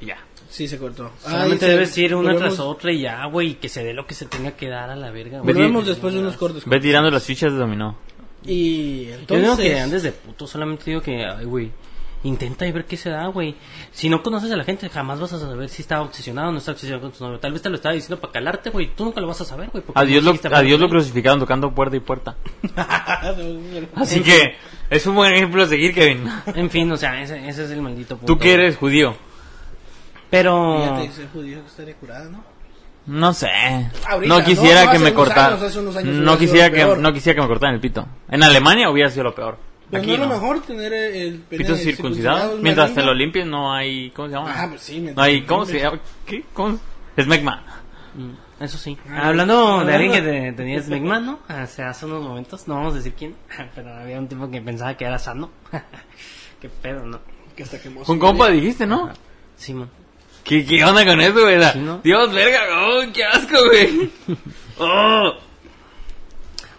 Y ya. Sí, se cortó. Solamente Ay, debes se- ir una volvemos- tras otra y ya, güey, que se dé lo que se tenga que dar a la verga. güey. Volvemos después de unos cortes. Ve tirando las fichas de dominó. Y Yo digo que entonces... andes de puto, solamente digo que, ay, güey, intenta y ver qué se da, güey. Si no conoces a la gente, jamás vas a saber si está obsesionado o no está obsesionado con tu novio. Tal vez te lo estaba diciendo para calarte, güey. Tú nunca lo vas a saber, güey. porque A no Dios, lo, a seguiste hablando Dios lo con él. crucificaron tocando puerta y puerta. ah, Así Ah, En que es un buen ejemplo a seguir, Kevin. En fin, o sea, ese, ese es el maldito punto. Tú que eres judío. Pero... Fíjate, ser judío estaría curada, ¿no? No sé. Ahorita, no quisiera no, no, que hace me unos cortaran. años, hace unos años hubiera No quisiera sido que peor. no quisiera que me cortaran el pito. En Alemania hubiera sido lo peor. Pero Aquí Pues no, no. es lo mejor tener el- el pene Pito circuncidado. una Mientras te gringa. lo limpies no hay ¿cómo se llama? Ah, pues sí, mientras No hay te ¿cómo se limpies. llama? ¿Qué? ¿Cómo? Es magma. Mm, Eso sí. Ah, Hablando de ah, alguien que ah. te- tenías McMahon, ¿no? Hace, hace unos momentos, no vamos a decir quién, pero había un tipo que pensaba que era sano. Qué pedo, ¿no? Que hasta quemó Un su compa novia. dijiste, ¿no? Simón. ¿Qué, ¿Qué onda con eso, güey? Sí, ¿no? Dios, verga, oh, qué asco, güey. Oh.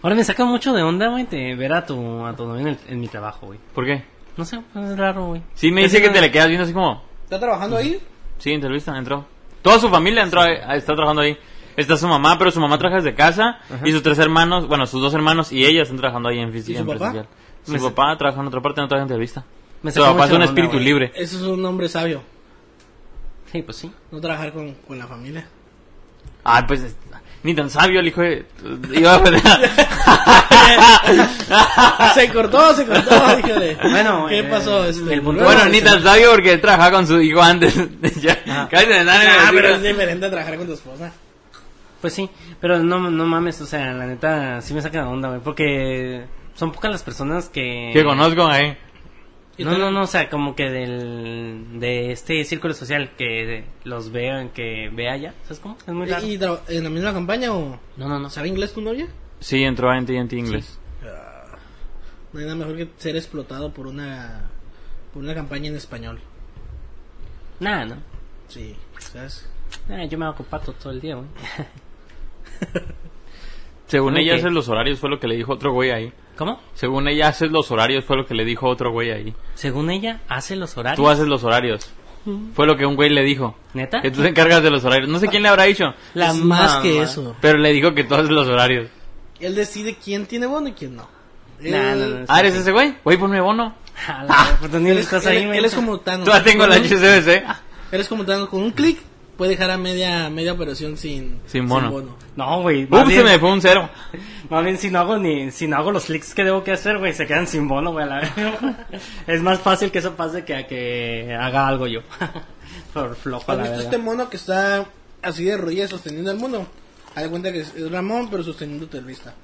Ahora me saca mucho de onda, güey, te- ver a tu, a tu novia en, el- en mi trabajo, güey. ¿Por qué? No sé, pues, es raro, güey. Sí, me Es dice que una- te le quedas viendo así como, ¿Está trabajando ahí? Sí, en Televisa entró. Toda su familia entró, ahí, ahí está trabajando ahí. Está su mamá, pero su mamá trabaja desde casa y sus tres hermanos, bueno, sus dos hermanos y ella están trabajando ahí en ¿Y física. su en papá? presencial. Su Me sa- papá trabaja en otra parte, no trabaja en Televisa. Me Su sacó papá es mucho un de onda, espíritu güey. libre. Eso es un hombre sabio. Sí, pues sí. No trabajar con, con la familia. Ah, pues es- ni tan sabio el hijo de... iba a- se cortó, se cortó, híjole. Bueno, ¿qué eh, pasó? Este, el punto- bueno, ni tan sabio porque él trabajaba con su hijo antes. ya, cállate de nada, Ah, güey. pero es diferente a trabajar con tu esposa. Pues sí, pero no, no mames, o sea, la neta, sí me saca de onda, güey, porque son pocas las personas que... Que conozco ahí. No, no, no, o sea, como que del, de este círculo social que los veo, que vea ya, ¿sabes cómo? Es muy raro. ¿Y, y tra- en la misma campaña o No, no, no. sabe inglés tu novia? Sí, entró a NTNT Inglés. No hay nada mejor que ser explotado por una por una campaña en español. Nada, no. Sí, ¿sabes? Nah, yo me hago con pato todo el día, güey. Según ella, Ok. haces los horarios fue lo que le dijo otro güey ahí. ¿Cómo? Según ella, haces los horarios, fue lo que le dijo otro güey ahí. Según ella, hace los horarios. Tú haces los horarios. Fue lo que un güey le dijo. ¿Neta? Que tú te encargas de los horarios. No sé quién le habrá dicho, La es más mamá. que eso. pero le dijo que tú haces los horarios. Él decide quién tiene bono y quién no. Nah, no, no. Ah, ¿eres ese güey? Güey, ponme bono. A la verga, pues, Daniel, Él es, estás él- ahí, él güey. es como Thanos. Todavía tengo la Con un- HCBC. Ah, Él es como Thanos. Con un clic puede dejar a media, media operación sin, Sin bono. No, güey. Más, Ups, se bien- me fue un cero. más bien, si no hago ni, si no hago los clics que debo que hacer, güey, se quedan sin bono, güey, a la verga. Es más fácil que eso pase que a que haga algo yo. Por flojo, a ¿Has la visto verga. este mono que está así de rodillas sosteniendo al mundo? Haz de cuenta que es es Ramón, pero sosteniendo terrorista.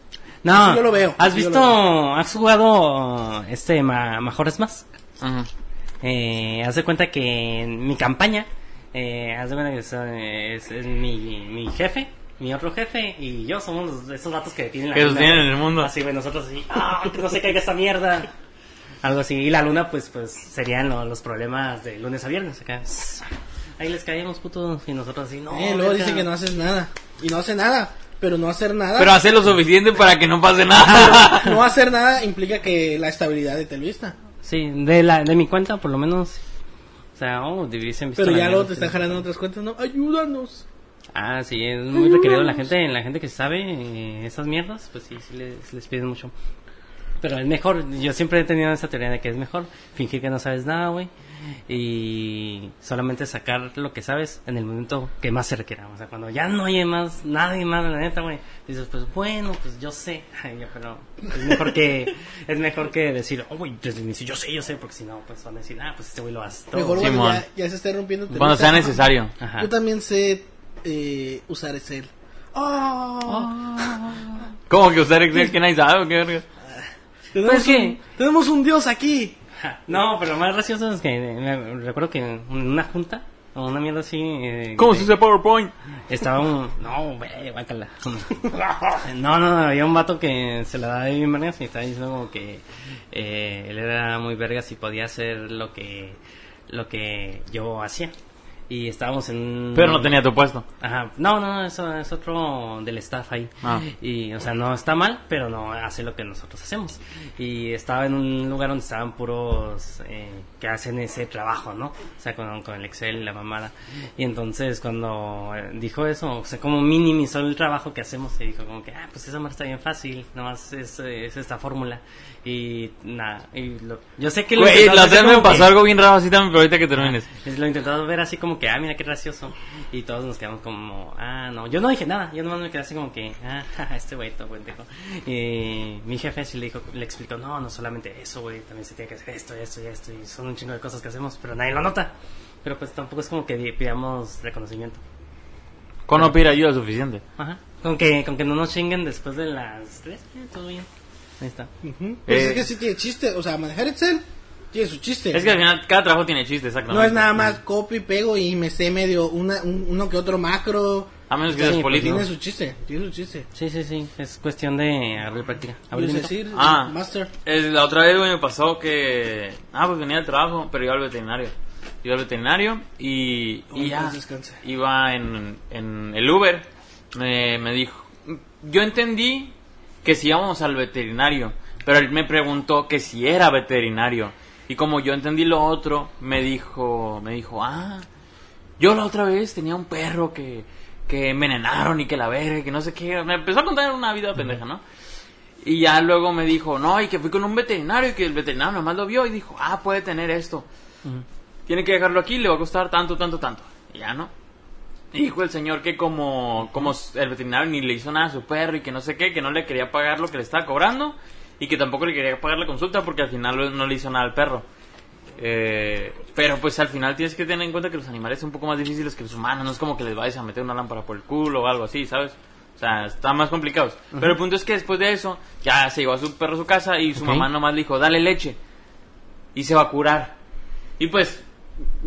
No, Así yo lo veo, ¿Has así yo visto, lo has jugado este ma, Mejores Más? Ajá. Eh, haz de cuenta que en mi campaña, eh, haz de cuenta que son- es, es mi, mi jefe, mi otro jefe y yo somos los- esos datos que tienen la Que luna, sostienen güey. el mundo. Así, güey, nosotros así, ¡ah! que no se caiga esta mierda. Algo así. Y la luna, pues, pues serían lo- los problemas de lunes a viernes acá. Ahí les caemos, putos, y nosotros así, no. Eh, luego verga. dice que no haces nada. Y no hace nada. Pero no hacer nada. Pero hace lo suficiente para que no pase nada. no hacer nada implica que la estabilidad de televista. Sí, de, la, de mi cuenta, por lo menos. O sea, oh, divisen Pero ya luego te están jalando otras cuentas, ¿no? Ayúdanos. Ah, sí, es muy requerido la gente, la gente que sabe eh, esas mierdas, pues sí, sí les, les piden mucho. Pero es mejor, yo siempre he tenido esa teoría de que es mejor fingir que no sabes nada, güey, y solamente sacar lo que sabes en el momento que más se requiera. O sea, cuando ya no hay más, nadie más, la neta, güey, dices, pues bueno, pues yo sé, Ay, yo, pero es mejor que, es mejor que decir, oh, güey, desde el inicio yo sé, yo sé, porque si no, pues van a decir, ah, pues este güey lo hace todo. Mejor Sí, cuando mon. ya, ya se está rompiendo televista. Cuando sea necesario. Ajá. Yo también sé eh, usar Excel. ¡Oh! ¿Cómo que usar Excel que nadie sabe? ¿Qué verga? Tenemos, Pues, ¿qué? un, tenemos un dios aquí. No, pero lo más gracioso es que eh, me recuerdo que en una junta o una mierda así. eh, ¿Cómo que se usa PowerPoint? Estaba un. No, güey, guácala. No, no, no, había un vato que se la daba de bien vergas y estaba diciendo como que eh, él era muy vergas y podía hacer lo que, lo que yo hacía. Y estábamos en un- Pero no tenía tu puesto. Ajá. No, no, eso es otro del staff ahí. Ah. Y, o sea, no está mal, pero no hace lo que nosotros hacemos. Y estaba en un lugar donde estaban puros eh, que hacen ese trabajo, ¿no? O sea, con, con el Excel y la mamada. Y entonces, cuando eh, dijo eso, o sea, como minimizó el trabajo que hacemos, y dijo como que, ah, pues esa mar está bien fácil, nomás es, eh, es esta fórmula. Y nada, y lo- yo sé que lo Güey, intentó la hacer otra vez me como que- pasó algo bien raro así también, pero ahorita que termines. es- Lo intentaba ver así como que, ah, mira qué gracioso. Y todos nos quedamos como, ah, no. Yo no dije nada, yo nomás me quedé así como que, ah, jaja, este güey todo pendejo. Y mi jefe sí le dijo, le explicó, no, no solamente eso, güey, también se tiene que hacer esto y esto y esto. Y son un chingo de cosas que hacemos, pero nadie lo nota. Pero pues tampoco es como que di- pidamos reconocimiento. Con no pedir ayuda suficiente. Ajá. Con que, con que no nos chinguen después de las tres, eh, todo bien. Ahí está. Pues Eh. es que sí tiene chiste, o sea, manejar Excel tiene su chiste. Es que al final cada trabajo tiene chiste, exactamente. no es nada más copio y pego y me sé medio una, un- uno que otro macro. A menos que Sí, seas pues político. Tiene su chiste, tiene su chiste. Sí, sí, sí. Es cuestión de abrir práctica. Abrir Es minuto. decir, Ah. Master. Es- la otra vez, güey, me pasó que... Ah, pues venía del trabajo, pero iba al veterinario. Iba al veterinario y... Oh, y ya, Dios descanse. iba en, en el Uber. Me, me dijo... Yo entendí que si íbamos al veterinario, pero él me preguntó que si era veterinario. Y como yo entendí lo otro, me dijo... Me dijo, ah... Yo la otra vez tenía un perro que, que envenenaron y que la verga, y que no sé qué. Me empezó a contar una vida pendeja, ¿no? Y ya luego me dijo, no, y que fui con un veterinario y que el veterinario nomás lo vio y dijo, ah, puede tener esto. Tiene que dejarlo aquí, le va a costar tanto, tanto, tanto. Y ya no. Y dijo el señor que como, como el veterinario ni le hizo nada a su perro y que no sé qué, que no le quería pagar lo que le estaba cobrando y que tampoco le quería pagar la consulta porque al final no le hizo nada al perro. Eh, pero pues al final tienes que tener en cuenta que los animales son un poco más difíciles que los humanos. No es como que les vayas a meter una lámpara por el culo o algo así, ¿sabes? O sea, están más complicados. Pero el punto es que después de eso, ya se llevó a su perro a su casa y su Ok. mamá nomás le dijo, dale leche. Y se va a curar. Y pues,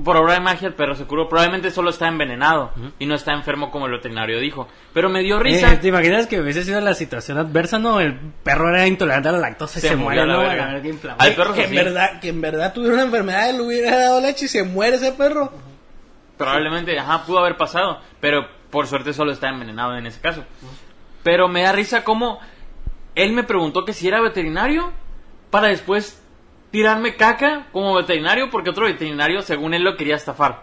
por obra de magia, el perro se curó. Probablemente solo está envenenado y no está enfermo como el veterinario dijo. Pero me dio risa. Eh, ¿Te imaginas que hubiese sido la situación adversa? No, el perro era intolerante a la lactosa y Se se, murió muere, la ¿no? verga. A ver, qué inflamado. Al perro que, en así. verdad, que en verdad tuviera una enfermedad, él hubiera dado leche y se muere ese perro. Probablemente, ajá, pudo haber pasado, pero por suerte solo está envenenado en ese caso. Pero me da risa cómo él me preguntó que si era veterinario para después tirarme caca como veterinario porque otro veterinario según él lo quería estafar.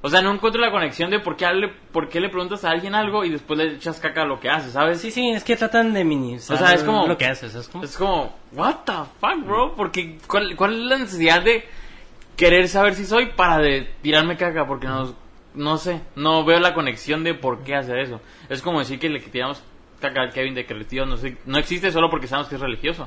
O sea, no encuentro la conexión de por qué, le, por qué le preguntas a alguien algo y después le echas caca a lo que hace, ¿sabes? Sí, sí, es que tratan de minimizar O sea, es como- lo que haces. Es como... Es como, what the fuck, bro? Porque, ¿cuál, cuál es la necesidad de querer saber si soy para de tirarme caca? Porque no, no sé, no veo la conexión de por qué hacer eso. Es como decir que le tiramos caca al Kevin de que tío no, sé, no existe solo porque sabemos que es religioso.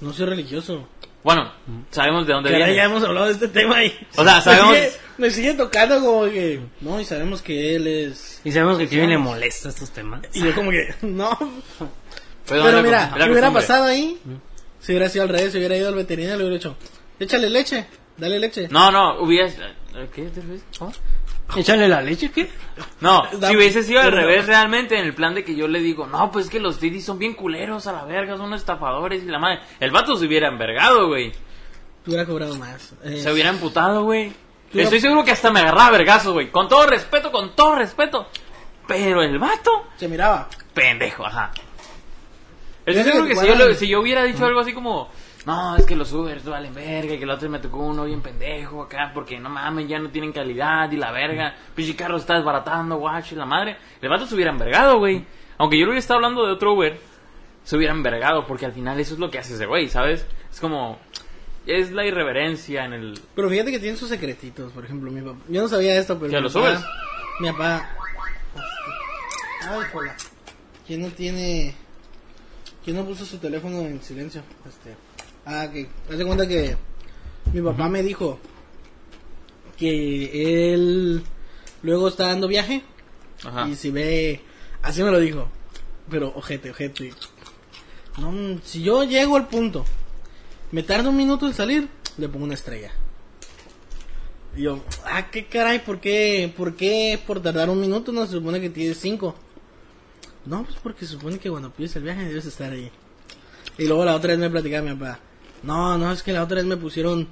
No soy religioso. Bueno, sabemos de dónde Que ahora viene. ya hemos hablado de este tema y... O sea, sabemos- Me sigue, me sigue tocando como que... No, y sabemos que él es... Y sabemos que a Kevin le molesta estos temas. Y yo como que... No. Fue Pero, donde la- mira, la si hubiera costumbre. pasado ahí... Si hubiera sido al revés, si hubiera ido al veterinario, le hubiera dicho... Échale leche, dale leche. No, no, hubieras... ¿Qué? ¿Te refieres? ¿Cómo? Échale la leche, ¿qué? No, Da- si hubiese sido al pero- revés realmente, en el plan de que yo le digo, no, pues es que los Diddy son bien culeros a la verga, son unos estafadores y la madre. El vato se hubiera envergado, güey. Tú hubiera cobrado más. Eh, Se hubiera emputado, güey. Yo- Estoy seguro que hasta me agarraba a vergazos, güey. Con todo respeto, con todo respeto. Pero el vato, Eh, Se miraba. pendejo, ajá. Yo Estoy sé seguro que que te si yo, guardan- lo- si yo hubiera dicho algo así como, no, es que los Ubers valen verga, y que la otra vez me tocó uno bien pendejo acá, porque no mames, ya no tienen calidad y la verga, pinche carro está desbaratando, guacho, y la madre. El vato se hubiera envergado, güey. Aunque yo lo hubiera estado hablando de otro Uber, se hubiera envergado, porque al final eso es lo que hace ese güey, ¿sabes? Es como, es la irreverencia en el, Pero fíjate que tienen sus secretitos, por ejemplo, mi papá. Yo no sabía esto, pero. ¿Ya mi lo papá- subes? Mi papá. Ay, jola. ¿Quién no tiene.? ¿Quién no puso su teléfono en silencio? Este. Ah, que. Haz de cuenta que. Mi papá me dijo. Que él. Luego está dando viaje. Ajá. Y si ve. Así me lo dijo. Pero ojete, ojete. No, mm, si yo llego al punto, me tarda un minuto en salir, le pongo una estrella. Y yo, ah, qué caray, ¿por qué? ¿Por qué por tardar un minuto no se supone que tienes cinco? No, pues porque se supone que cuando pides el viaje debes estar ahí. Y luego la otra vez me platicaba mi papá. No, no, es que la otra vez me pusieron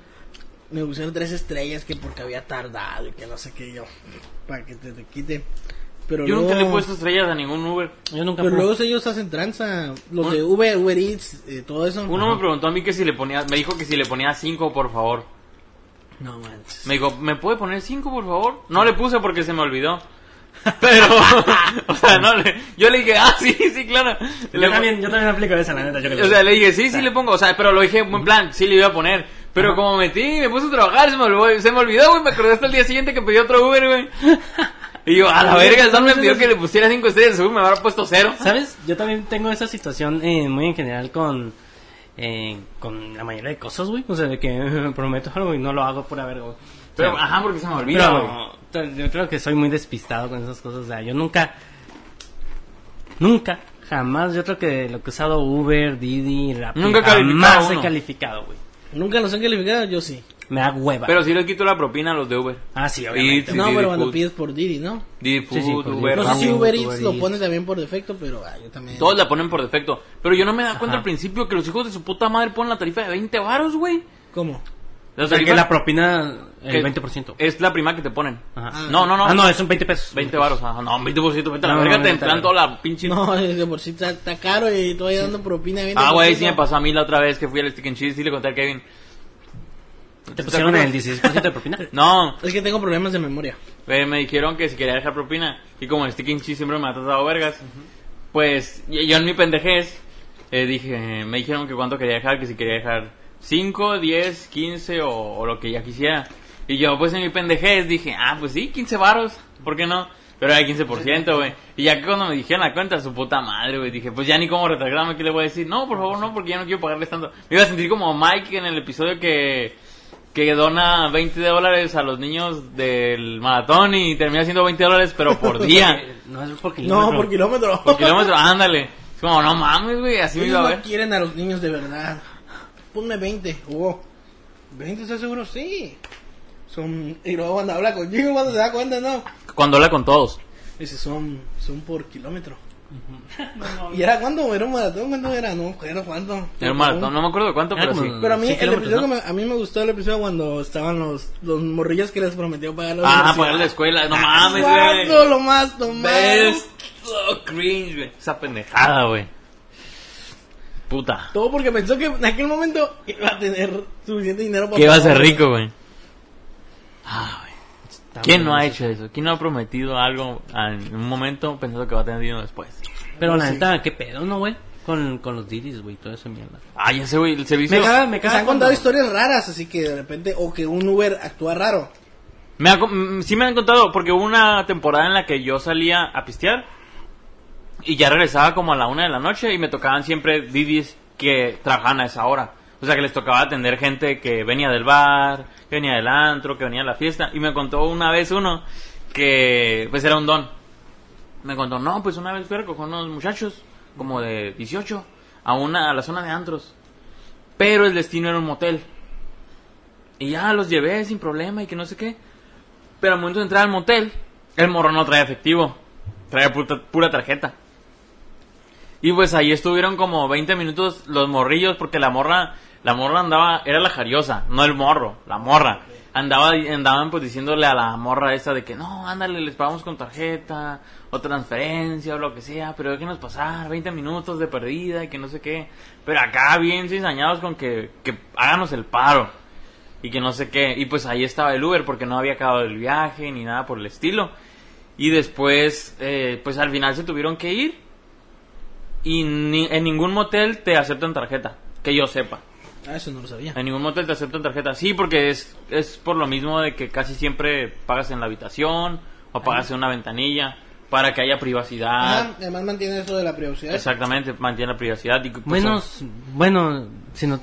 me pusieron tres estrellas que porque había tardado y que no sé qué yo. Para que te, te quite. Pero Yo luego, nunca le he puesto estrellas a ningún Uber. Yo nunca Pero pude- luego ellos hacen tranza. Los Un- de Uber, Uber Eats, eh, todo eso. Uno me preguntó a mí que si le ponía, me dijo que si le ponía 5, por favor. No manches. Me dijo, ¿me puede poner 5, por favor? No le puse porque se me olvidó. Pero, o sea, no le, yo le dije, ah, sí, sí, claro. Le Yo pon- también, yo también aplico esa, la neta. Yo creo. O sea, le dije, sí, sí le pongo, o sea, pero lo dije en plan, sí le iba a poner. Pero como metí, me puse a trabajar, se me olvidó, se me olvidó, güey, me acordé hasta el día siguiente que pedí otro Uber, güey. Y yo, a la verga, el Sam me pidió que le pusiera 5 estrellas, según me habrá puesto 0. ¿Sabes? Yo también tengo esa situación eh, muy en general con, eh, con la mayoría de cosas, güey. O sea, de que prometo algo y no lo hago por haber, güey. Pero, O sea, ajá, porque se me olvidó, güey. Pero t- yo creo que soy muy despistado con esas cosas. O sea, yo nunca, nunca, jamás, yo creo que lo que he usado Uber, Didi, Rappi, Nunca he calificado jamás uno. he calificado, güey. Nunca los han calificado, yo sí. Me da hueva. Pero sí le quito la propina a los de Uber. ah, sí, obviamente. Sí, no, sí, de pero cuando food. pides por Didi, ¿no? Didi Sí, sí, Food, por Uber, Pero no sé si Rappi, Uber Eats Uber lo Eats. pone también por defecto, pero ah, yo también. Todos la ponen por defecto. Pero yo no me da cuenta Ajá. al principio que los hijos de su puta madre ponen la tarifa de 20 varos, güey. ¿Cómo? La O sea, tarifa que la propina, que el 20%. Es la prima que te ponen. Ajá. No, no, no. Ah, no, es un 20 pesos. 20 varos. ajá. No, 20%, vete a la No, verga, no, te no, entran no. toda la pinche... No, de por sí está, está caro y todavía dando propina. de 20%. Ah, güey, sí me pasó a mí la otra vez que fui al Stick and Cheese y le conté a Kevin. Te pusieron el 16% de propina. No, Es que tengo problemas de memoria. eh, me dijeron que si quería dejar propina. Y como el Stick and Cheese siempre me ha tratado vergas, pues y- yo en mi pendejez eh, dije, me dijeron que cuánto quería dejar, que si quería dejar 5, 10, 15 o, o lo que ya quisiera. Y yo, pues en mi pendejez dije, ah, pues sí, 15 varos, ¿por qué no? Pero era 15%, güey. Y ya que cuando me dijeron la cuenta, su puta madre, güey. Dije, pues ya ni cómo retractarme, ¿qué le voy a decir? No, por favor, no, porque ya no quiero pagarles tanto. Me iba a sentir como Mike en el episodio que, que dona 20 dólares a los niños del maratón y termina siendo 20 dólares, pero por día. No, es por No, kilómetro. por kilómetro. Por kilómetro, ándale. Es como, no mames, güey, así me Ellos iba a no ver. quieren a los niños de verdad. Ponme 20. Oh, ¿20 estás seguro? Sí. Son... Y luego cuando habla contigo, cuando se da cuenta, no. Cuando habla con todos. Dice, son, son por kilómetro. ¿Y era cuándo? ¿Era un maratón? ¿Cuándo era? No, era cuánto. Era un maratón, no me acuerdo de cuánto, Era pero sí. como- Pero a mí, Sí, el kilómetros, episodio ¿no? que me- a mí me gustó el episodio cuando estaban los, los morrillos que les prometió pagar la Ah, universidad. pagar la escuela, no mames, ¿Cuándo güey. lo más tomado? Ves, oh, cringe, güey. Esa pendejada, güey. Puta. Todo porque pensó que en aquel momento iba a tener suficiente dinero para Que iba a ser pagar. rico, güey. Ah, güey. Está ¿Quién muy no ha bien. hecho eso? ¿Quién no ha prometido algo en un momento pensando que va a tener dinero después? Pero la Sí. neta, ¿qué pedo, no, güey? Con, con los didis, güey, toda esa mierda. Ah, ya sé, güey, el servicio. Me caga- Me se han cuando- contado historias raras, así que de repente, o que un Uber actúa raro. Me ha co- mm, sí me han contado, porque hubo una temporada en la que yo salía a pistear y ya regresaba como a la una de la noche y me tocaban siempre didis que trabajaban a esa hora. O sea, que les tocaba atender gente que venía del bar, que venía del antro, que venía de la fiesta. Y me contó una vez uno que pues era un don. Me contó, no, pues una vez fui a recoger unos muchachos como de 18 a, una, a la zona de antros. Pero el destino era un motel. Y ya los llevé sin problema y que no sé qué. Pero al momento de entrar al motel, el morro no traía efectivo. Traía puta- pura tarjeta. Y pues ahí estuvieron como 20 minutos los morrillos porque la morra, la morra andaba, era la jariosa, no el morro, la morra. Andaba, andaban pues diciéndole a la morra esa de que no, ándale, les pagamos con tarjeta o transferencia o lo que sea, pero déjenos pasar 20 minutos de perdida y que no sé qué. Pero acá bien cizañados con que, que háganos el paro y que no sé qué. Y pues ahí estaba el Uber porque no había acabado el viaje ni nada por el estilo. Y después, eh, pues al final se tuvieron que ir. Y ni- en ningún motel te aceptan tarjeta, que yo sepa. Ah, eso no lo sabía. En ningún motel te aceptan tarjeta. Sí, porque es, es por lo mismo de que casi siempre pagas en la habitación o pagas en una ventanilla para que haya privacidad. Ah, Ajá, además mantiene eso de la privacidad. Exactamente, mantiene la privacidad. Y, pues, Bueno, s- bueno, si no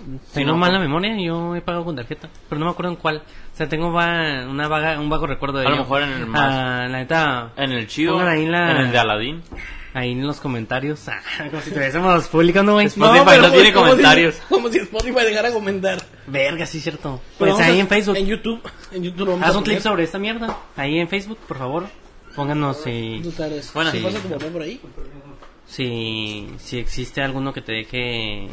no, tengo pues. mala no. memoria, yo he pagado con tarjeta, pero no me acuerdo en cuál. O sea, tengo va- una vaga, un vago recuerdo de A lo ello. mejor en el más. Ah, la neta, en el chido, Pongan ahí la- en el de Aladín. ahí en los comentarios, ah, como si tuviésemos público, ¿no, güey? No. Spotify pero tiene es como comentarios. Pues si- como si Spotify dejara comentar. Verga, sí, cierto. Pero Pues vamos ahí a- en Facebook, En YouTube. En YouTube lo vamos haz a un clip poner. sobre esta mierda. Ahí en Facebook, por favor, pónganos si... Tú sabes. Bueno, Si sí. pasa tu papá por ahí. si, si existe alguno que te deje,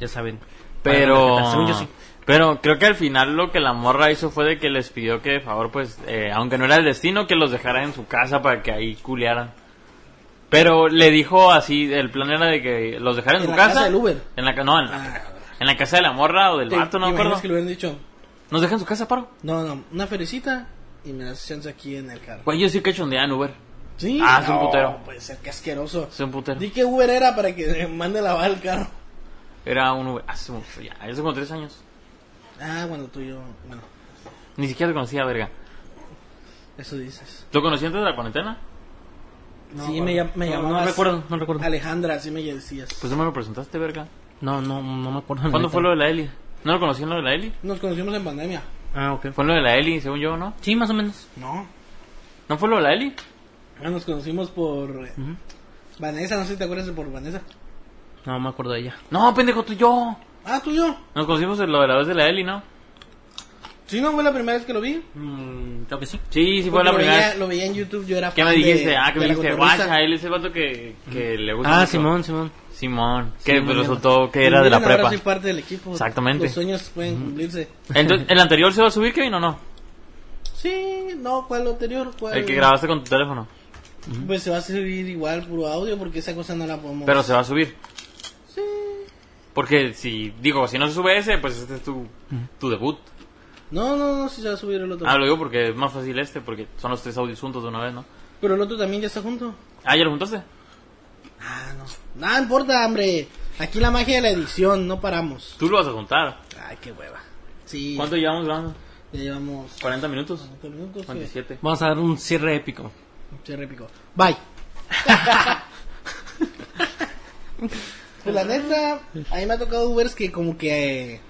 ya saben. Pero Según yo sí. Pero creo que al final lo que la morra hizo fue de que les pidió que de favor, pues, eh, aunque no era el destino, que los dejara en su casa para que ahí culearan. Pero le dijo así, el plan era de que los dejara en, su ¿En la casa. casa del Uber? En la, ca- no, en la, Ah. en la casa de la morra o del ¿Te vato, no me acuerdo. imaginas que le hubieran dicho? Nos dejan en su casa, paro. No, no, una felicita y me das chance aquí en el carro. Güey, yo sí que chondeaba en Uber. Sí. Ah, es un No, putero. Puede ser que asqueroso. Es un putero. Di que Uber era para que eh, mande la bala al carro. Era un Uber. Hace mucho, ya, hace como tres años. Ah, bueno, tú y yo. Bueno, Ni siquiera te conocía, verga. eso dices. ¿Lo conocí antes de la cuarentena? sí, me, llam- me no, llamabas. No recuerdo, no recuerdo. Alejandra, sí me decías. Pues no me lo presentaste, verga. No, no, no me acuerdo. ¿Cuándo fue lo de la Eli? ¿No lo conocí en lo de la Eli? Nos conocimos en pandemia. Ah, ok. Fue en lo de la Eli, según yo, ¿no? Sí, más o menos. No. ¿No fue lo de la Eli? Ah, nos conocimos por eh, Vanessa, no sé si te acuerdas de por Vanessa. No me acuerdo de ella. No, pendejo, tú y yo. Ah, tú y yo. Nos conocimos en lo de la vez de la Eli, ¿no? Sí, no fue la primera vez que lo vi. Mm, creo que sí. Sí, sí fue la Porque lo primera veía, vez. lo veía en YouTube, yo era ¿Qué me fan de- dijiste? Ah, que me de la dijiste, cotorriza. guacha, él es el vato que, que le gusta. Ah, mucho". Simón, Simón. Simón, que Simón, resultó que Pues era de la miren, ahora prepa. soy parte del equipo. Exactamente. Los sueños pueden cumplirse. Entonces, ¿el anterior se va a subir, Kevin, o no? Sí, no, ¿cuál anterior? ¿Cuál? El que grabaste con tu teléfono. Pues se va a servir igual puro audio porque esa cosa no la podemos. Pero se va a subir. Sí. Porque si, digo, si no se sube ese, pues este es tu, tu debut. Pues No, no, no, si se va a subir el otro. Ah, lo digo porque es más fácil este, porque son los tres audios juntos de una vez, ¿no? Pero el otro también ya está junto. Ah, ¿ya lo juntaste? Ah, no. Nada importa, hombre. Aquí la magia de la edición, no paramos. Tú lo vas a juntar. Ay, qué hueva. Sí. ¿Cuánto llevamos grabando? Ya llevamos. ¿40 minutos? ¿Cuántos minutos? eh. 27. Vamos a dar un cierre épico. Se repicó. Bye. pues la neta, a mí me ha tocado Ubers que como que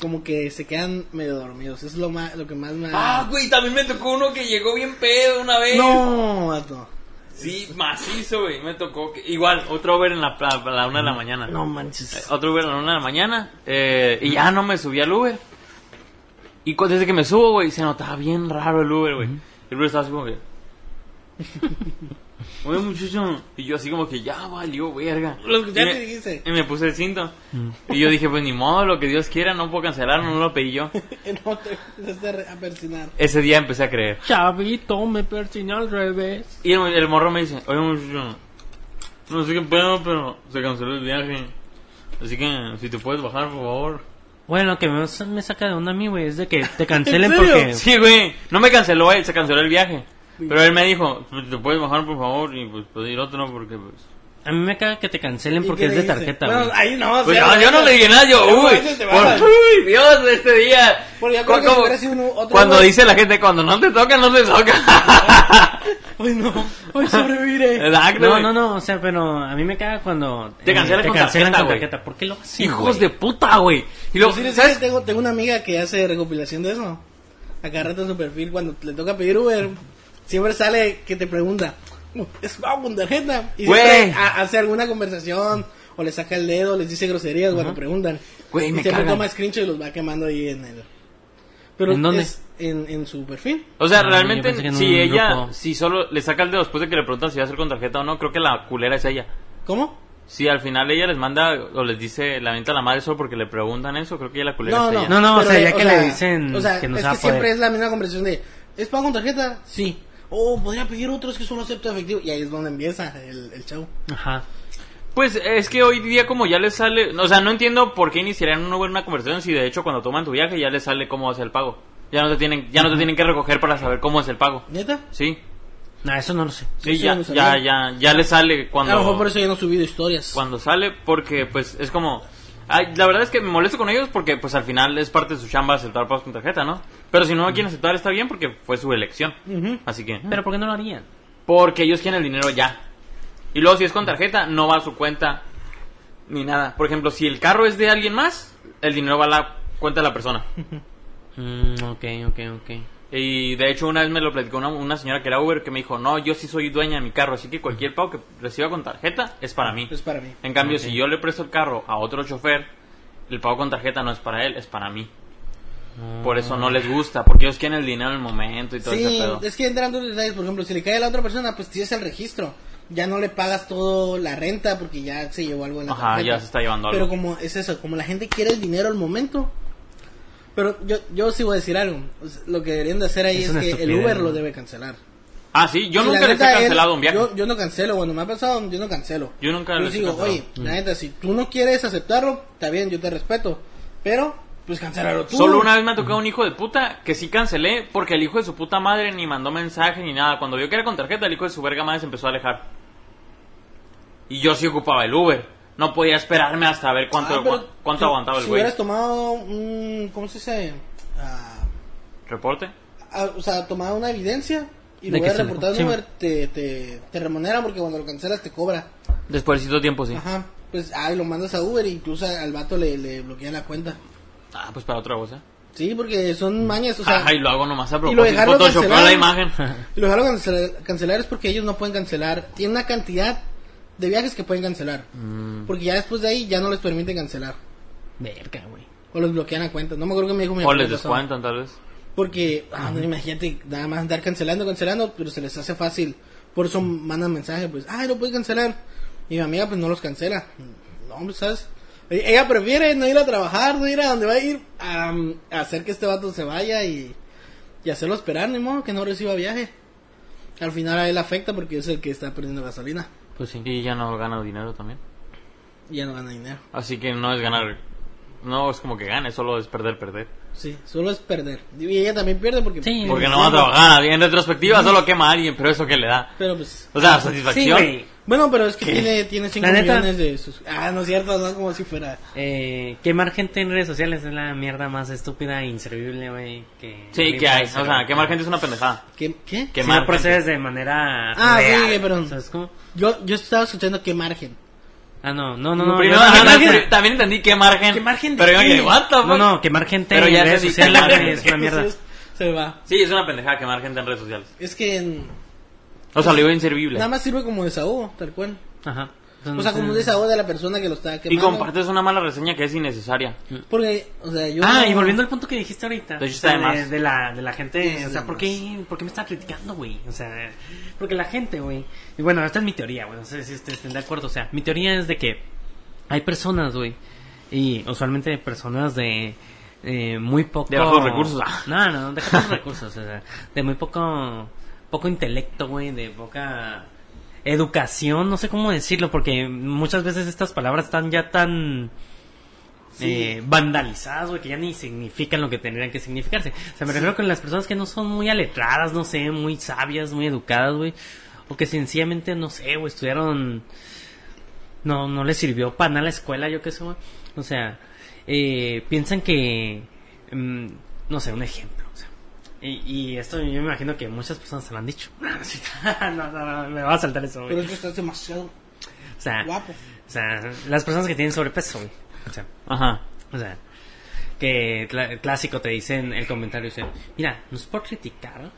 como que se quedan medio dormidos. Es lo más lo que más me Ah, ha... güey, también me tocó uno que llegó bien pedo una vez. No, vato. Sí, macizo, güey. Me tocó. que- Igual, otro Uber en la, pla- a la una de la mañana. No manches. Eh, Otro Uber a la una de la mañana. eh, y ya no me subí al Uber. Y cu- desde que me subo, güey, se notaba bien raro el Uber, güey. El Uber estaba así como que. Oye, muchacho. Y yo así como que ya valió, verga. Lo que ya Y me- te dijiste. Mm. Y me puse el cinto. Y yo dije, pues ni modo, lo que Dios quiera, no puedo cancelar, no lo pedí yo. no te empezaste a re- a persinar. Ese día empecé a creer. Chavito, me persiné al revés. Y el, el morro me dice, oye muchacho, no sé qué pedo, pero se canceló el viaje. Así que si te puedes bajar, por favor. Bueno, que me, me saca de onda a mí, güey, es de que te cancelen ¿En serio? porque... Sí, güey. No me canceló él, se canceló el viaje. Pero él me dijo, "Pues, te puedes bajar, por favor, y pues pedir otro, porque pues... A mí me caga que te cancelen ¿Y porque qué es le de dices? tarjeta, Bueno, güey. ahí no, Pues o yo, sea, yo no le dije nada, yo, Ya, uy, pues, te por- bajas. uy, Dios, este día. Porque yo Fue creo que si hubiera sido uno- otro cuando güey. dice la gente, cuando no te toca, no te toca. Hoy no, hoy sobreviviré. Exacto, No, güey. no, no, o sea, pero a mí me caga cuando... eh, Te cancelan con tarjeta, güey. ¿Por qué lo hacen, Hijos güey? de puta, güey. Y luego, Sí, sí, sí, ¿sabes? Tengo, tengo una amiga que hace recopilación de eso. Acá rato en su perfil, cuando le toca pedir Uber, siempre sale que te pregunta, "Uh, ¿es pago con tarjeta? Y Güey. siempre ha- hace alguna conversación, o le saca el dedo, les dice groserías cuando preguntan. Güey, y me siempre cagan. toma screenshot y los va quemando ahí en el... Pero ¿En dónde? es en, en su perfil. O sea, Ah, yo realmente, pensé que en si un ella, grupo. si solo le saca el dedo después de que le preguntan si va a hacer con tarjeta o no, creo que la culera es ella. ¿Cómo? Si al final ella les manda o les dice la venta a la madre solo porque le preguntan eso, creo que ella la culera No, es no, ella. No, no, o pero sea, le- ya que le dicen o sea, que no es se va que a poder. siempre es la misma conversación de, ¿es pago con tarjeta? Sí. Oh, podría pedir otro, es que solo acepto efectivo. Y ahí es donde empieza el, el chavo. Ajá. Pues es que hoy día como ya les sale, o sea, no entiendo por qué iniciarían una buena conversación si de hecho cuando toman tu viaje ya les sale cómo es el pago. Ya no te tienen, ya no te tienen que recoger para saber cómo es el pago. ¿Neta? Sí. No, eso no lo sé. Sí, Sí, ya, no ya, sabía. ya, ya les sale cuando A lo mejor por eso yo no he subido historias. cuando sale porque pues es como ay, la verdad es que me molesto con ellos porque pues al final es parte de su chamba aceptar pagos con tarjeta, ¿no? Pero si no me quieren aceptar está bien porque fue su elección. Así que Pero ¿por qué no lo harían? porque ellos quieren el dinero ya. Y luego si es con tarjeta no va a su cuenta ni nada. Por ejemplo, si el carro es de alguien más, el dinero va a la cuenta de la persona. Mm, ok, ok, ok. Y de hecho una vez me lo platicó una, una señora que era Uber que me dijo, "No, yo sí soy dueña de mi carro, así que cualquier pago que reciba con tarjeta es para mí." Es para mí. En cambio, si yo le presto el carro a otro chofer, el pago con tarjeta no es para él, es para mí. Por eso no les gusta, porque ellos quieren el dinero en el momento y todo ese Ah. Sí, pedo. es que entran dos detalles. Por ejemplo, si le cae a la otra persona, pues tienes el registro. Ya no le pagas todo la renta porque ya se llevó algo en la Ajá, tarjeta. ya se está llevando algo. Pero como es eso, como la gente quiere el dinero al momento, Pero yo, yo sí voy a decir algo. O sea, Lo que deberían de hacer ahí Es es, una que el estupidez, Uber ¿no? lo debe cancelar. Ah, sí, yo Si nunca la les he neta, él- cancelado un viaje. Yo, yo no cancelo, cuando me ha pasado, yo no cancelo. Yo nunca Yo les he digo, cancelado. oye, la neta, si tú no quieres aceptarlo, está bien, yo te respeto. Pero, pues cancélalo tú. Solo una vez me tocó un hijo de puta que sí cancelé porque el hijo de su puta madre ni mandó mensaje ni nada. Cuando vio que era con tarjeta, el hijo de su verga madre se empezó a alejar. Y yo sí ocupaba el Uber. No podía esperarme hasta ver cuánto, Ah, pero agu- cuánto si- aguantaba el Si güey. hubieras tomado un. ¿Cómo se dice? Ah, ¿Reporte? ah, o sea, tomado una evidencia y De lo que hubieras se le- reportado en sí. Uber, te, te, te remunera porque cuando lo cancelas te cobra. Después de cierto tiempo, sí. Ajá. Pues, ah, y lo mandas a Uber e incluso al vato le, le bloquean la cuenta. Ah, pues para otra cosa. Sí, porque son mañas, o sea. Ajá, y lo hago nomás a lo propósito. dejaron Photoshopear la cancelar. imagen. Y lo dejaron cancelar, cancelar es porque ellos no pueden cancelar. Tienen una cantidad de viajes que pueden cancelar. Mm. Porque ya después de ahí ya no les permiten cancelar. Verga, güey. O los bloquean a cuentas. No me acuerdo que me dijo mi o amigo les que pasó. descuentan, tal vez. Porque, ah, no, imagínate, nada más andar cancelando, cancelando, pero se les hace fácil. Por eso mandan mensajes, pues, ay, lo puedes cancelar. Y mi amiga, pues, no los cancela. No, pues, ¿sabes? E- Ella prefiere no ir a trabajar, no ir a donde va a ir, a, um, a hacer que este vato se vaya y, y hacerlo esperar, ni modo, que no reciba viaje. Al final a él afecta porque es el que está perdiendo gasolina Pues sí. Y ya no gano dinero también. y ya no gana dinero. Así que no es ganar. No es como que gane, solo es perder, perder. Sí, solo es perder. Y ella también pierde porque... Sí. Porque no va a trabajar. En retrospectiva solo quema a alguien, pero eso que le da. Pero pues... O sea, Sí, satisfacción. güey. Bueno, pero es que tiene, tiene 5 La neta- millones de sus... Ah, no es cierto, no como si fuera... Eh, quemar gente en redes sociales es la mierda más estúpida e inservible, güey. Que sí, que hay. O sea, quemar gente es una pendejada. ¿Qué? ¿Qué? Que- si quemar no procedes de manera. Ah, sí, real, que perdón. ¿sabes cómo? Yo, yo estaba escuchando qué margen. Ah, no, no, no. no, Primero, yo ah, también no, pensé- pero también entendí qué margen. ¿Qué margen de Pero yo qué? dije, what the fuck? No, no, quemar gente Pero ya en redes entendí sociales quemar güey, es una Ah, mierda. Entonces, se va. Sí, es una pendejada quemar gente en redes sociales. Es que en- O sea, lo digo inservible. nada más sirve como desahogo, tal cual. Ajá. O sea, como un desahogo de la persona que lo está Y quemando. compartes una mala reseña que es innecesaria. Mm. Porque, o sea, yo... Ah, no- y volviendo al punto que dijiste ahorita. De hecho, o sea, está de de, más. de la, de la gente. Sí, o sea, de ¿por qué, ¿por qué me está criticando, güey? O sea, porque la gente, güey. Y bueno, esta es mi teoría, güey. No sé si ustedes estén de acuerdo. O sea, mi teoría es de que hay personas, güey. Y usualmente personas de. eh, muy poco. De bajos recursos, ah. No, no, de bajos recursos. O sea, de muy poco. Poco intelecto, güey. De poca. Educación, no sé cómo decirlo, porque muchas veces estas palabras están ya tan eh, vandalizadas, güey, que ya ni significan lo que tendrían que significarse. O sea, me refiero con las personas que no son muy aletradas, no sé, muy sabias, muy educadas, güey, o que sencillamente, no sé, güey, estudiaron, no, no les sirvió para nada la escuela, yo qué sé, güey. O sea, eh, piensan que, mm, no sé, un ejemplo, o sea, y, y esto yo me imagino que muchas personas se lo han dicho. no, no, no, me va a saltar eso, güey. Pero O es que estás demasiado sea, guapo. o sea, las personas que tienen sobrepeso, güey. O sea, Ajá. o sea, que cla- clásico te dicen el comentario, dice, mira, no es por criticar.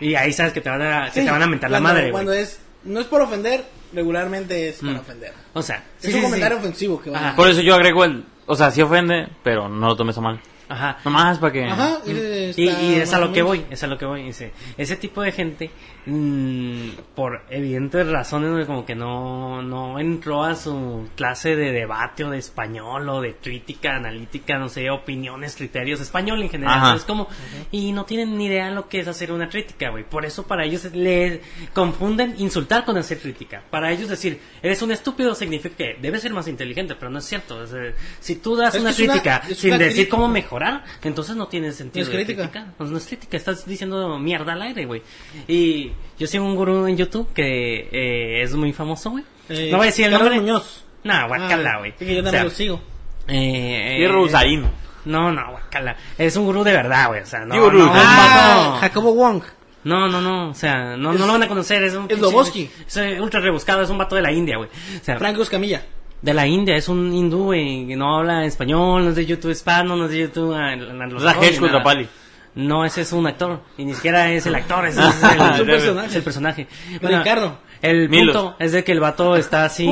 Y ahí sabes que te van a, que Sí, te van a mentar la cuando- madre, Cuando güey. es... No es por ofender, regularmente es para ofender. O sea, Es sí, un sí, sí. comentario ofensivo que va Ajá. a... Por eso yo agrego el. O sea, sí ofende, pero no lo tomes a mal. Ajá. Nomás para que. Ajá, ese mm. Y, está y es a más lo o que menos. voy, es a lo que voy. Dice, ese tipo de gente, mm, por evidentes razones, güey, como que no, no entró a su clase de debate o de español o de crítica analítica, no sé, opiniones, criterios, español en general. Ajá. Es como, y no tienen ni idea lo que es hacer una crítica, güey. Por eso para ellos le confunden insultar con hacer crítica. Para ellos decir, eres un estúpido significa que debes ser más inteligente, pero no es cierto. O sea, si tú Es das que una es una- crítica es sin una decir crítica. cómo mejorar, entonces no tiene sentido No es de crítica. Pues no es crítica, estás diciendo mierda al aire, güey. Y yo sigo un gurú en YouTube que eh, es muy famoso, güey. Eh, no voy a decir el Carlos nombre. Muñoz. No, guacala, Ah, güy. sí, que yo O también sea, lo sigo. eh, eh, Y Rusaín. No, no, guacala. Es un gurú de verdad, güey. O sea, no. Digo, no, gurú. no, Ah, no. Jacobo Wong. No, no, no, o sea, no, no lo van a conocer, es un... es Loboski. Es eh, ultra rebuscado, es un vato de la India, güey. O sea, Franco Escamilla. de la India, es un hindú, güey, que no habla español, no es de YouTube hispano, no es de YouTube O sea, ah, Hedge anglosajón, contra nada. Pali. No, ese es un actor, y ni siquiera es el actor, ese es el, Es un es personaje. el personaje. Ricardo. El Milos. Oh. punto es de que el vato está así...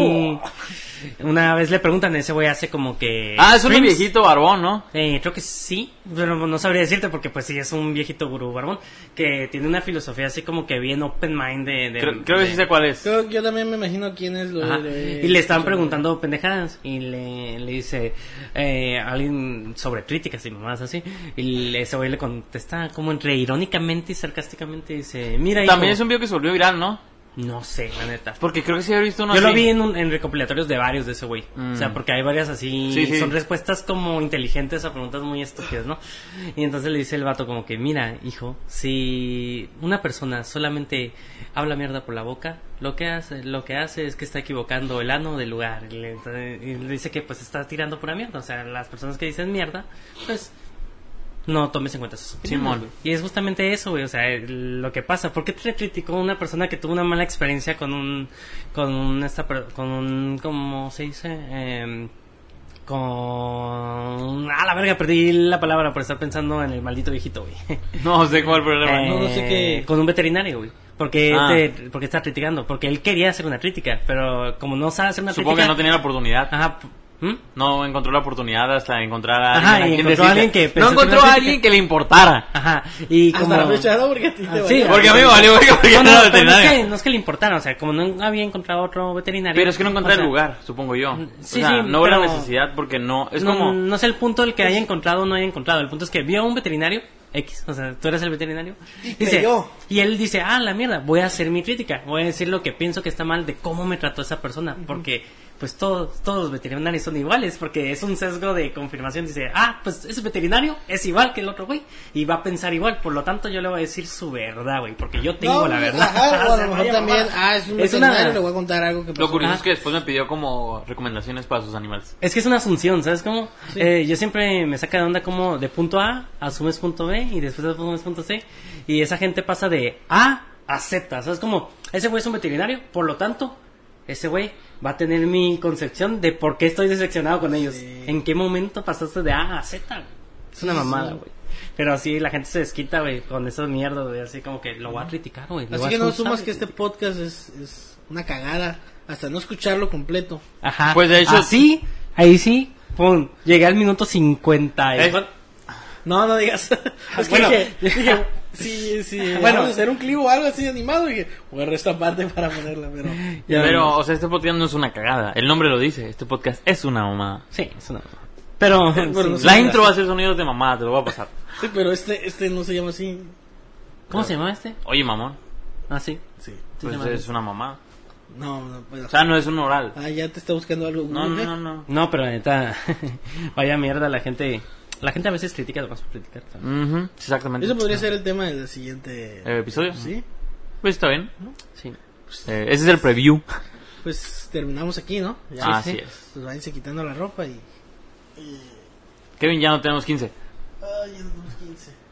Una vez le preguntan, ese güey hace como que. Ah, es un streams. viejito barbón, ¿no? Eh, creo que sí, pero no sabría decirte porque pues sí es un viejito gurú barbón que tiene una filosofía así como que bien open mind de... de- Creo, creo que de- sí sé cuál es. Creo- yo también me imagino quién es lo Ajá. de- Y le estaban preguntando pendejadas y le, le dice eh, alguien sobre críticas y mamás así. Y le- ese güey le contesta como entre irónicamente y sarcásticamente dice, mira... hijo, También es un video que se volvió viral, ¿no? No sé, la neta. Porque creo que sí había visto uno Yo lo así. vi en, un- en recopilatorios de varios de ese güey. Mm. O sea, porque hay varias así. Sí, sí. Son respuestas como inteligentes a preguntas muy estúpidas, ¿no? Y entonces le dice el vato como que, mira, hijo, si una persona solamente habla mierda por la boca, lo que hace, lo que hace es que está equivocando el ano del lugar. Y le, entonces- y le dice que pues está tirando pura mierda. O sea, las personas que dicen mierda, pues... No tomes en cuenta sus opiniones, Simón. güey. Y es justamente eso, güey. O sea, el- lo que pasa. ¿Por qué te criticó una persona que tuvo una mala experiencia con un. con un. Esta, per- con un. ¿Cómo se dice? Em, con. A la verga, perdí la palabra por estar pensando en el maldito viejito, güey. No sé cuál problema. Eh, no, no sé qué- Con un veterinario, güey. Porque, Ah. te- porque está criticando. Porque él quería hacer una crítica. Pero como no sabe hacer una Supongo que crítica. no tenía la oportunidad. Ajá. ¿hmm? No encontró la oportunidad hasta encontrar a alguien, a Ajá, y quien encontró a decirle. alguien que No pensó que encontró era a crítica. alguien que le importara. Ajá. Y Hasta como. la fecha, ¿no? Porque a ti te Ah, valió. sí, Porque a mí me valió, güey, porque no, No, no, era pero no es que, veterinario. no es que le importara, o sea, como no había encontrado otro veterinario. Pero es que no encontré o sea, mm, el lugar, supongo yo. sí, o sea, sí, no hubo la pero- necesidad porque no. Es no, como. no es el punto el que haya encontrado o no haya encontrado. El punto es que vio un veterinario, X, o sea, tú eres el veterinario. Dice, creyó. y él dice, ah, la mierda, voy a hacer mi crítica, voy a decir lo que pienso que está mal de cómo me trató esa persona, porque pues todos, todos los veterinarios son iguales, porque es un sesgo de confirmación, dice, ah, pues ese veterinario es igual que el otro güey, y va a pensar igual, por lo tanto yo le voy a decir su verdad, güey, porque yo tengo No, pues, la verdad. Ajá, o O a sea, lo mejor vaya también. mamada. Ah, es un Es una- veterinario, le voy a contar algo que pasó. Lo curioso Ajá. es que después me pidió como recomendaciones para sus animales. Es que es una asunción, ¿sabes cómo? Eh, yo siempre me saca de onda como de punto A, asumes punto B y después asumes punto C. Y esa gente pasa de A a Z, ¿sabes cómo? Ese güey es un veterinario, por lo tanto, ese güey va a tener mi concepción de por qué estoy decepcionado con ellos. ¿En qué momento pasaste de A a Z? güey? Es una mamada, güey. Pero así la gente se desquita, güey, con esas mierdas, güey. Así como que lo va a criticar, güey. lo Así va a que no expulsar, asumas que güey. este podcast es, es una cagada. Hasta no escucharlo completo. Ajá. Pues, de hecho- Así, ahí sí, pum. Llegué al minuto 50. Eh, No, no digas. es que Bueno. dije, dije, sí, sí. Bueno. Bueno, hacer un clip o algo así animado. Dije, voy a agarrar esta parte para ponerla, pero. Ya Pero, vemos. o sea, este podcast no es una cagada. El nombre lo dice. Este podcast es una mamada. Sí, es una. Pero. bueno, no sí. Es sé. La una- intro va a ser sonidos de mamada, te lo voy a pasar. Sí, pero este, este no se llama así. ¿Cómo se llama este? Oye, mamón. Ah, sí. Sí. Sí, Pues se llama es una mamada. No, no, pues. O sea, no es un oral. Ah, ya te está buscando algo. No, Google. no, no. no. No, pero la neta. vaya mierda, la gente. La gente a veces critica nomás por criticar. ¿sabes? Ujú, exactamente. Pues Eso podría ser el tema del siguiente. Eh, ¿Episodio? Sí. Pues está bien. Sí. Eh, ese es el preview. Pues terminamos aquí, ¿no? Ya. Ah, Así sí. es. Pues váyanse quitando la ropa y. Kevin, ya no tenemos 15. Ay, ya nos 15.